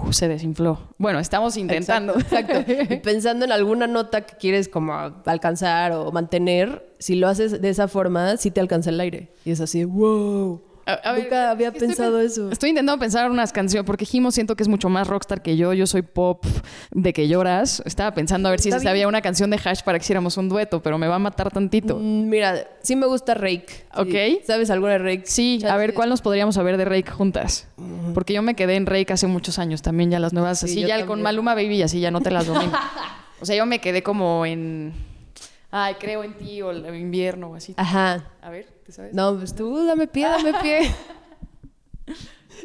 B: pues se desinfló. Bueno, estamos intentando.
C: Exacto. exacto. Y pensando en alguna nota que quieres como alcanzar o mantener, si lo haces de esa forma, sí te alcanza el aire. Y es así, wow.
B: A- a ver,
C: Nunca había
B: estoy
C: pensado
B: pen-
C: eso.
B: Estoy intentando pensar unas canciones, porque Jimo siento que es mucho más rockstar que yo. Yo soy pop de que lloras. Estaba pensando a ver si
C: Está
B: se sabía una canción de Hash para que hiciéramos un dueto, pero me va a matar tantito.
C: Mm, Mira, sí me gusta Rake.
B: Ok.
C: ¿Sabes alguna de Rake?
B: Sí, a ver cuál nos podríamos haber de Rake juntas. Porque yo me quedé en Rake hace muchos años también, ya las nuevas,
C: Mm. Sí,
B: así
C: yo
B: ya con
C: también.
B: Maluma Baby, así ya no te las domino. o sea, yo me quedé como en. Ay, creo en ti o el invierno o así.
C: Ajá.
B: A ver, ¿te sabes?
C: No, pues tú dame pie, dame pie.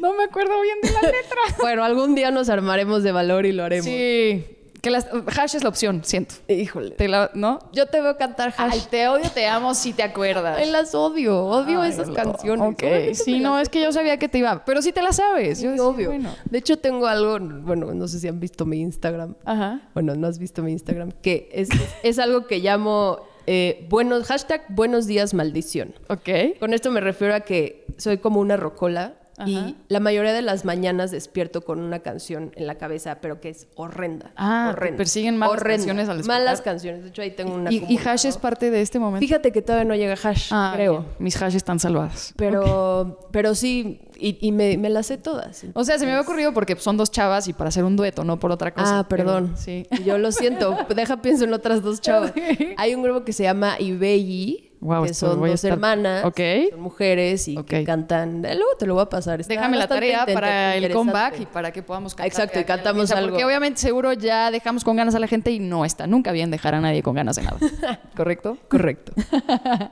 B: No me acuerdo bien de la letra.
C: bueno, algún día nos armaremos de valor y lo haremos.
B: sí. Que las, hash es la opción, siento.
C: Híjole.
B: Te la- ¿No?
C: Yo te veo cantar hash.
B: Ay, te odio, te amo, si te acuerdas.
C: Ay, las odio. Odio
B: Ay,
C: esas
B: lo-
C: canciones.
B: Ok, sí, no, es que yo sabía que te iba. Pero sí te la sabes. yo
C: es
B: decía,
C: obvio.
B: bueno.
C: De hecho, tengo algo, bueno, no sé si han visto mi Instagram.
B: Ajá.
C: Bueno, no has visto mi Instagram, que es, es algo que llamo eh, buenos, hashtag buenos días maldición.
B: Ok.
C: Con esto me refiero a que soy como una rocola
B: Ajá.
C: y la mayoría de las mañanas despierto con una canción en la cabeza, pero que es horrenda.
B: Ah, te
C: horrenda,
B: persiguen malas
C: horrenda.
B: canciones al despertar.
C: Malas canciones. De hecho, ahí tengo una.
B: Y, y hash es
C: acumulada.
B: parte de este momento.
C: Fíjate que todavía no llega hash,
B: Ah,
C: creo.
B: bien. Mis hashes están salvadas.
C: Pero, pero sí, y, y me, me las sé todas.
B: O sea, se me había ocurrido porque son dos chavas y para hacer un dueto, no por otra cosa.
C: ah, perdón.
B: Pero, sí.
C: Yo lo siento. Deja pienso en otras dos chavas. Hay un grupo que se llama Ibelli,
B: Guau,
C: que
B: esto
C: son
B: voy a
C: dos
B: estar-
C: hermanas,
B: Ok.
C: son mujeres y que
B: Ok.
C: cantan. Eh, Luego te lo voy a pasar. Está
B: Pues Déjame la
C: bastante
B: tarea
C: inter-
B: para el
C: interesante.
B: comeback y para que podamos cantar.
C: Exacto,
B: cada
C: y
B: quien
C: cantamos
B: piensa,
C: algo.
B: Porque obviamente seguro ya dejamos con ganas a la gente y no está nunca bien dejar a nadie con ganas de nada. ¿Correcto?
C: Correcto.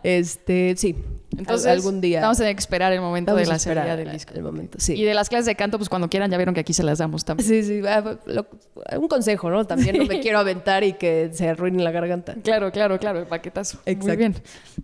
C: este, sí.
B: Entonces,
C: Al- algún día.
B: Vamos a tener que esperar el momento
C: vamos
B: de la
C: a esperar
B: salida del disco.
C: El momento, sí.
B: Y de las clases de canto, pues cuando quieran, ya vieron que aquí se las damos también.
C: Sí, sí, ah, lo- un consejo, ¿no? También no me quiero aventar y que se arruine la garganta.
B: Claro, claro, claro, el paquetazo. Muy
C: Exacto.
B: bien.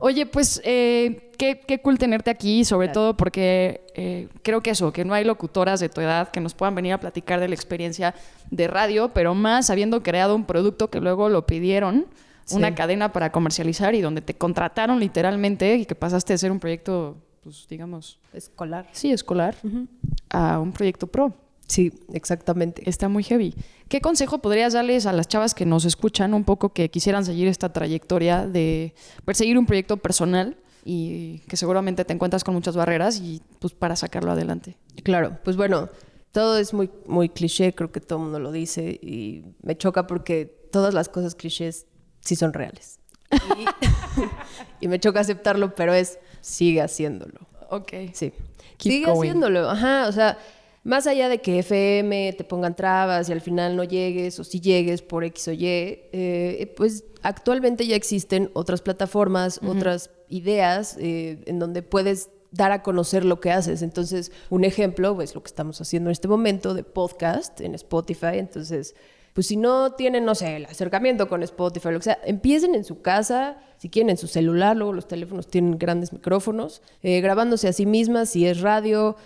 B: Oye, pues eh, qué, qué cool tenerte aquí, sobre todo porque eh, creo que eso, que no hay locutoras de tu edad que nos puedan venir a platicar de la experiencia de radio, pero más habiendo creado un producto que luego lo pidieron,
C: Sí.
B: una cadena para comercializar y donde te contrataron literalmente y que pasaste de ser un proyecto, pues digamos,
C: Escolar.
B: sí, escolar, a un proyecto pro.
C: Sí, exactamente.
B: Está muy heavy. ¿Qué consejo podrías darles a las chavas que nos escuchan un poco que quisieran seguir esta trayectoria de perseguir un proyecto personal y que seguramente te encuentras con muchas barreras y pues para sacarlo adelante?
C: Claro, pues bueno, todo es muy, muy cliché, creo que todo el mundo lo dice y me choca porque todas las cosas clichés sí son reales. Y, y me choca aceptarlo, pero es sigue haciéndolo.
B: Ok.
C: Sí.
B: Keep
C: sigue
B: going.
C: haciéndolo, ajá, o sea, más allá de que FM te pongan trabas y al final no llegues o si llegues por X o Y, eh, pues actualmente ya existen otras plataformas, otras ideas eh, en donde puedes dar a conocer lo que haces. Entonces, un ejemplo, pues lo que estamos haciendo en este momento de podcast en Spotify, entonces... Pues si no tienen, no sé, el acercamiento con Spotify, lo que sea, empiecen en su casa, si quieren en su celular, luego los teléfonos tienen grandes micrófonos, eh, grabándose a sí mismas, si es radio,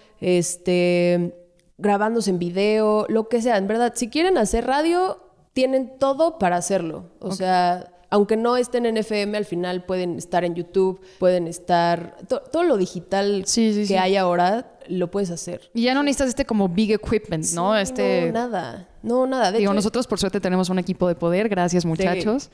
C: este, grabándose en video, lo que sea. En verdad, si quieren hacer radio, tienen todo para hacerlo. O sea, aunque no estén en FM, al final pueden estar en YouTube, pueden estar. to- todo lo digital
B: Sí, sí,
C: que
B: sí.
C: hay ahora, lo puedes hacer.
B: Y ya no necesitas este como big equipment, ¿no?
C: Sí,
B: Este...
C: No, nada. No, nada. De
B: Digo,
C: hecho,
B: nosotros por suerte tenemos un equipo de poder, gracias muchachos.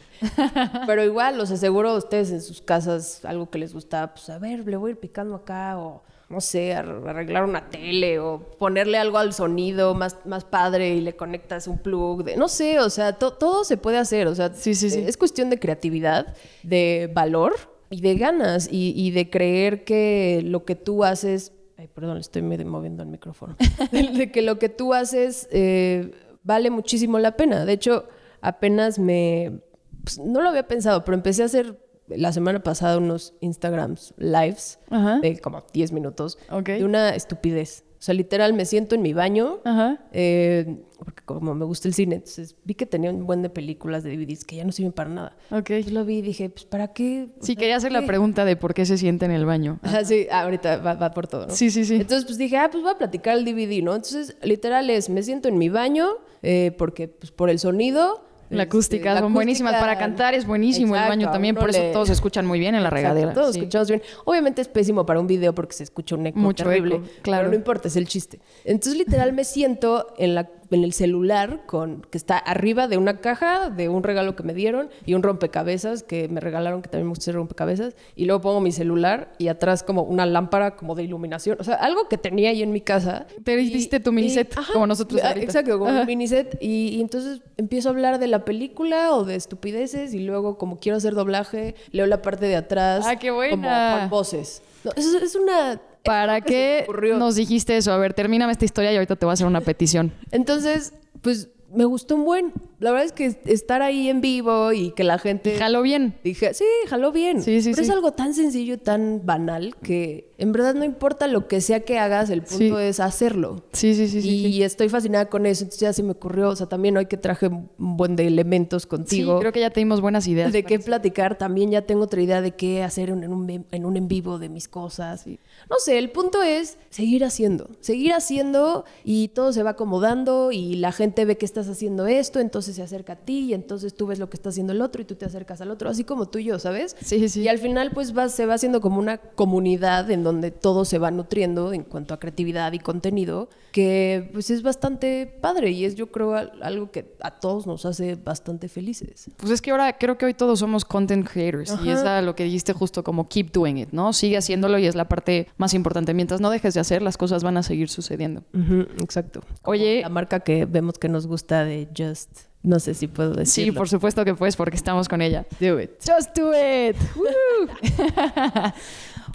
C: Pero igual, los aseguro a ustedes en sus casas algo que les gusta, pues a ver, le voy a ir picando acá o no sé, ar- arreglar una tele o ponerle algo al sonido más, más padre y le conectas un plug, de, no sé, o sea, to- todo se puede hacer, o sea,
B: Sí, sí, sí.
C: es cuestión de creatividad, de valor y de ganas y, y de creer que lo que tú haces, ay, perdón, le estoy medio moviendo el micrófono, de, de que lo que tú haces eh, vale muchísimo la pena. De hecho, apenas me, pues, no lo había pensado, pero empecé a hacer la semana pasada unos Instagrams lives
B: Ajá.
C: de como 10 minutos
B: Ok.
C: de una estupidez. O sea, literal, me siento en mi baño
B: Ajá.
C: eh, porque como me gusta el cine, entonces vi que tenía un buen de películas de DVDs que ya no sirven para nada.
B: Ok.
C: Yo lo vi y dije, pues, ¿para qué?
B: Sí, quería hacer la pregunta de por qué se siente en el baño.
C: Ajá, sí, ah, ahorita va, va por todo, ¿no?
B: Sí, sí, sí.
C: Entonces, pues dije, ah, pues voy a platicar el DVD, ¿no? Entonces, literal es, me siento en mi baño, eh, porque, pues, por el sonido.
B: Este, La acústica,
C: la
B: son buenísimas.
C: acústica-
B: Para cantar es buenísimo el
C: Exacto,
B: baño
C: a
B: también,
C: uno
B: por eso
C: le-
B: todos se escuchan muy bien en la
C: Exacto,
B: regadera.
C: Todos
B: sí.
C: escuchamos bien. Obviamente es pésimo para un video porque se escucha un eco
B: Mucho
C: terrible.
B: eco, claro.
C: Pero no importa, es el chiste. Entonces, literal, me siento en la en el celular con que está arriba de una caja de un regalo que me dieron y un rompecabezas que me regalaron que también me gusta hacer rompecabezas y luego pongo mi celular y atrás como una lámpara como de iluminación, o sea, algo que tenía ahí en mi casa.
B: Te hiciste tu miniset
C: ajá,
B: como nosotros
C: ah,
B: ahorita.
C: Exacto, como
B: Ajá.
C: un miniset y, y entonces empiezo a hablar de la película o de estupideces y luego como quiero hacer doblaje, leo la parte de atrás
B: Ah, qué
C: como
B: buena.
C: con voces. No, es, es una
B: ¿Para qué
C: ocurrió?
B: nos dijiste eso? A ver, termíname esta historia y ahorita te voy a hacer una petición.
C: Entonces, pues me gustó un buen. La verdad es que estar ahí en vivo y que la gente...
B: Jalo bien.
C: Dije, sí, jaló bien.
B: Sí, sí,
C: Pero
B: sí.
C: es algo tan sencillo, tan banal, que en verdad no importa lo que sea que hagas, el punto
B: Sí.
C: es hacerlo.
B: Sí, sí, sí,
C: y
B: sí. sí.
C: estoy fascinada con eso, entonces ya se me ocurrió, o sea, también hoy que traje un buen de elementos
B: Sí,
C: contigo.
B: creo que ya te dimos buenas ideas.
C: de qué platicar, también ya tengo otra idea de qué hacer en un, en- en un en vivo de mis cosas. y- no sé, el punto es seguir haciendo, seguir haciendo y todo se va acomodando y la gente ve que estás haciendo esto, entonces se acerca a ti y entonces tú ves lo que está haciendo el otro y tú te acercas al otro, así como tú y yo, ¿sabes?
B: Sí, sí.
C: Y al final pues va- se va haciendo como una comunidad en donde todo se va nutriendo en cuanto a creatividad y contenido, que pues es bastante padre y es yo creo al- algo que a todos nos hace bastante felices.
B: Pues es que ahora creo que hoy todos somos content creators y es la- lo que dijiste justo como keep doing it, ¿no? Sigue haciéndolo y es la parte más importante. Mientras no dejes de hacer, las cosas van a seguir sucediendo.
C: Ujú, exacto. Como
B: Oye-
C: La marca que vemos que nos gusta de Just. No sé si puedo
B: Sí,
C: decirlo.
B: por supuesto que puedes porque estamos con ella.
C: Do it.
B: Just do it. Woo.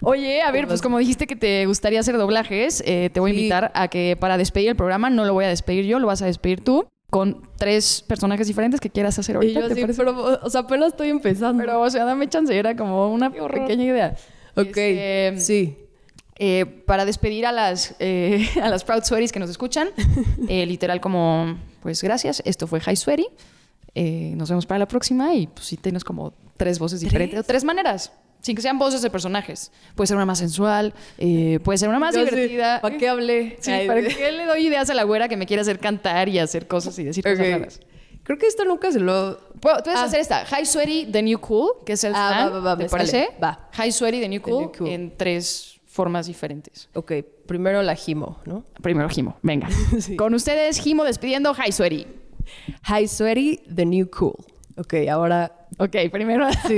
B: Oye, a ver, pues como dijiste que te gustaría hacer doblajes, eh, te voy a
C: Sí.
B: invitar a que para despedir el programa, no lo voy a despedir yo, lo vas a despedir tú, con tres personajes diferentes que quieras hacer
C: Y
B: ahorita.
C: yo
B: ¿te
C: sí,
B: parece?
C: pero, o sea, apenas estoy empezando.
B: Pero, o sea, dame chance, era como una pequeña idea.
C: ok,
B: Este,
C: sí.
B: eh, para despedir a las, eh, a las Proud Sweaties que nos escuchan, eh, literal como, pues gracias, esto fue High Sweaty, Eh, nos vemos para la próxima y pues sí tienes como tres voces diferentes, o tres maneras, sin que sean voces de personajes. Puede ser una más sensual, eh, puede ser una más
C: Yo sí,
B: divertida.
C: ¿Para qué hablé?
B: Sí,
C: Ay,
B: ¿para qué le doy ideas a la güera que me quiere hacer cantar y hacer cosas y decir
C: ok.
B: cosas raras?
C: Creo que esto nunca se lo...
B: Puedo- Puedes
C: Ah.
B: hacer esta, High Sweaty, The New Cool, que es el
C: Ah,
B: slang,
C: va, va, va,
B: ¿te
C: me
B: parece?
C: sale, va.
B: High Sweaty, The New
C: The New
B: Cool,
C: Cool.
B: en tres formas diferentes.
C: Ok, primero la gimo, ¿no?
B: Primero Jimo, venga.
C: Sí.
B: Con ustedes, Jimo despidiendo, Hi Sueri.
C: Hi, sweaty, the new cool. Ok, ahora...
B: Ok, primero.
C: Sí,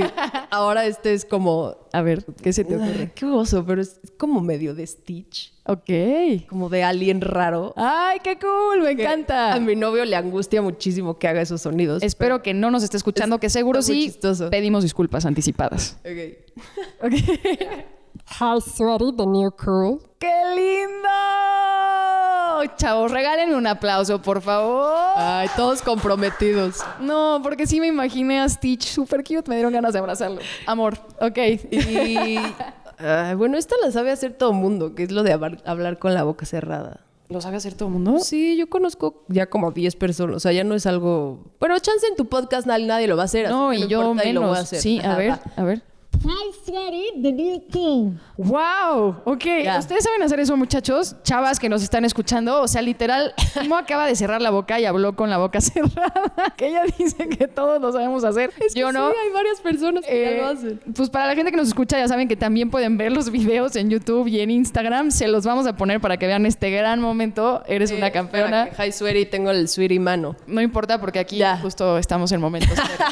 C: ahora este es como...
B: A ver, ¿qué se te
C: Ay,
B: ocurre?
C: Qué oso, pero es, es como medio de Stitch.
B: Ok.
C: Como de alien raro.
B: ¡Ay, qué cool! Me
C: que
B: encanta.
C: A mi novio le angustia muchísimo que haga esos sonidos.
B: Espero que no nos esté escuchando, que seguro
C: Está muy
B: sí
C: chistoso.
B: pedimos disculpas anticipadas.
C: Ok.
D: Hi, sweaty, the new cool.
B: ¡Qué lindo! Chavos, regálenme un aplauso, por favor.
C: Ay, todos comprometidos.
B: No, porque sí me imaginé a Stitch super cute. Me dieron ganas de abrazarlo. Amor, ok.
C: Y ay, bueno, esta la sabe hacer todo mundo, que es lo de hablar, hablar con la boca cerrada.
B: ¿Lo sabe hacer todo el mundo?
C: Sí, yo conozco ya como 10 personas, o sea, ya no es algo... Bueno, chance en tu podcast nadie, nadie lo va a hacer. así
B: No,
C: que
B: y yo
C: importa, y lo voy
B: menos.
C: a hacer.
B: Sí, a
C: Ajá,
B: ver,
C: va.
B: a ver.
D: Hi, sweaty, the new cool.
B: ¡Wow! Ok,
C: Ya.
B: ustedes saben hacer eso, muchachos, chavas que nos están escuchando. O sea, literal, Mo acaba de cerrar la boca y habló con la boca cerrada. Que ella dice que todos lo sabemos hacer.
C: Es que
B: Yo
C: sí,
B: no.
C: hay varias personas que ya
B: Eh,
C: lo hacen.
B: pues para la gente que nos escucha, ya saben que también pueden ver los videos en YouTube y en Instagram. Se los vamos a poner para que vean este gran momento. Eres una campeona.
C: Hi, sweaty, tengo el sweaty mano.
B: No importa porque aquí
C: Ya.
B: justo estamos en momentos. cero.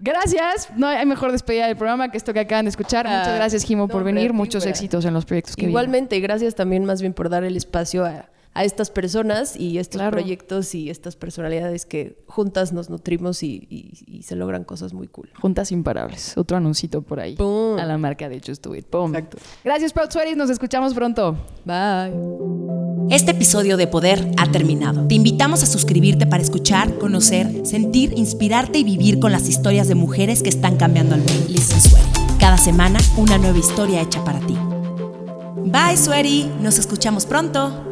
B: Gracias. No hay mejor despedida del programa que esto que acaban de escuchar.
C: Ah,
B: Muchas gracias, Jimo,
C: no,
B: por
C: hombre,
B: venir.
C: a ti,
B: Muchos
C: güera.
B: éxitos en los proyectos que vienen.
C: Igualmente, y gracias también más bien por dar el espacio a, a estas personas y estos
B: Claro.
C: proyectos y estas personalidades que juntas nos nutrimos y, y- y se logran cosas muy cool.
B: Juntas imparables. Otro anuncito por ahí.
C: Pum.
B: A la marca de Just Do It. Pum.
C: Exacto.
B: Gracias, Proud Sweaties. Nos escuchamos pronto.
C: Bye.
A: Este episodio de Poder ha terminado. Te invitamos a suscribirte para escuchar, conocer, sentir, inspirarte y vivir con las historias de mujeres que están cambiando el mundo. Listen, Sueri. Cada semana una nueva historia hecha para ti. Bye, Sueri. Nos escuchamos pronto.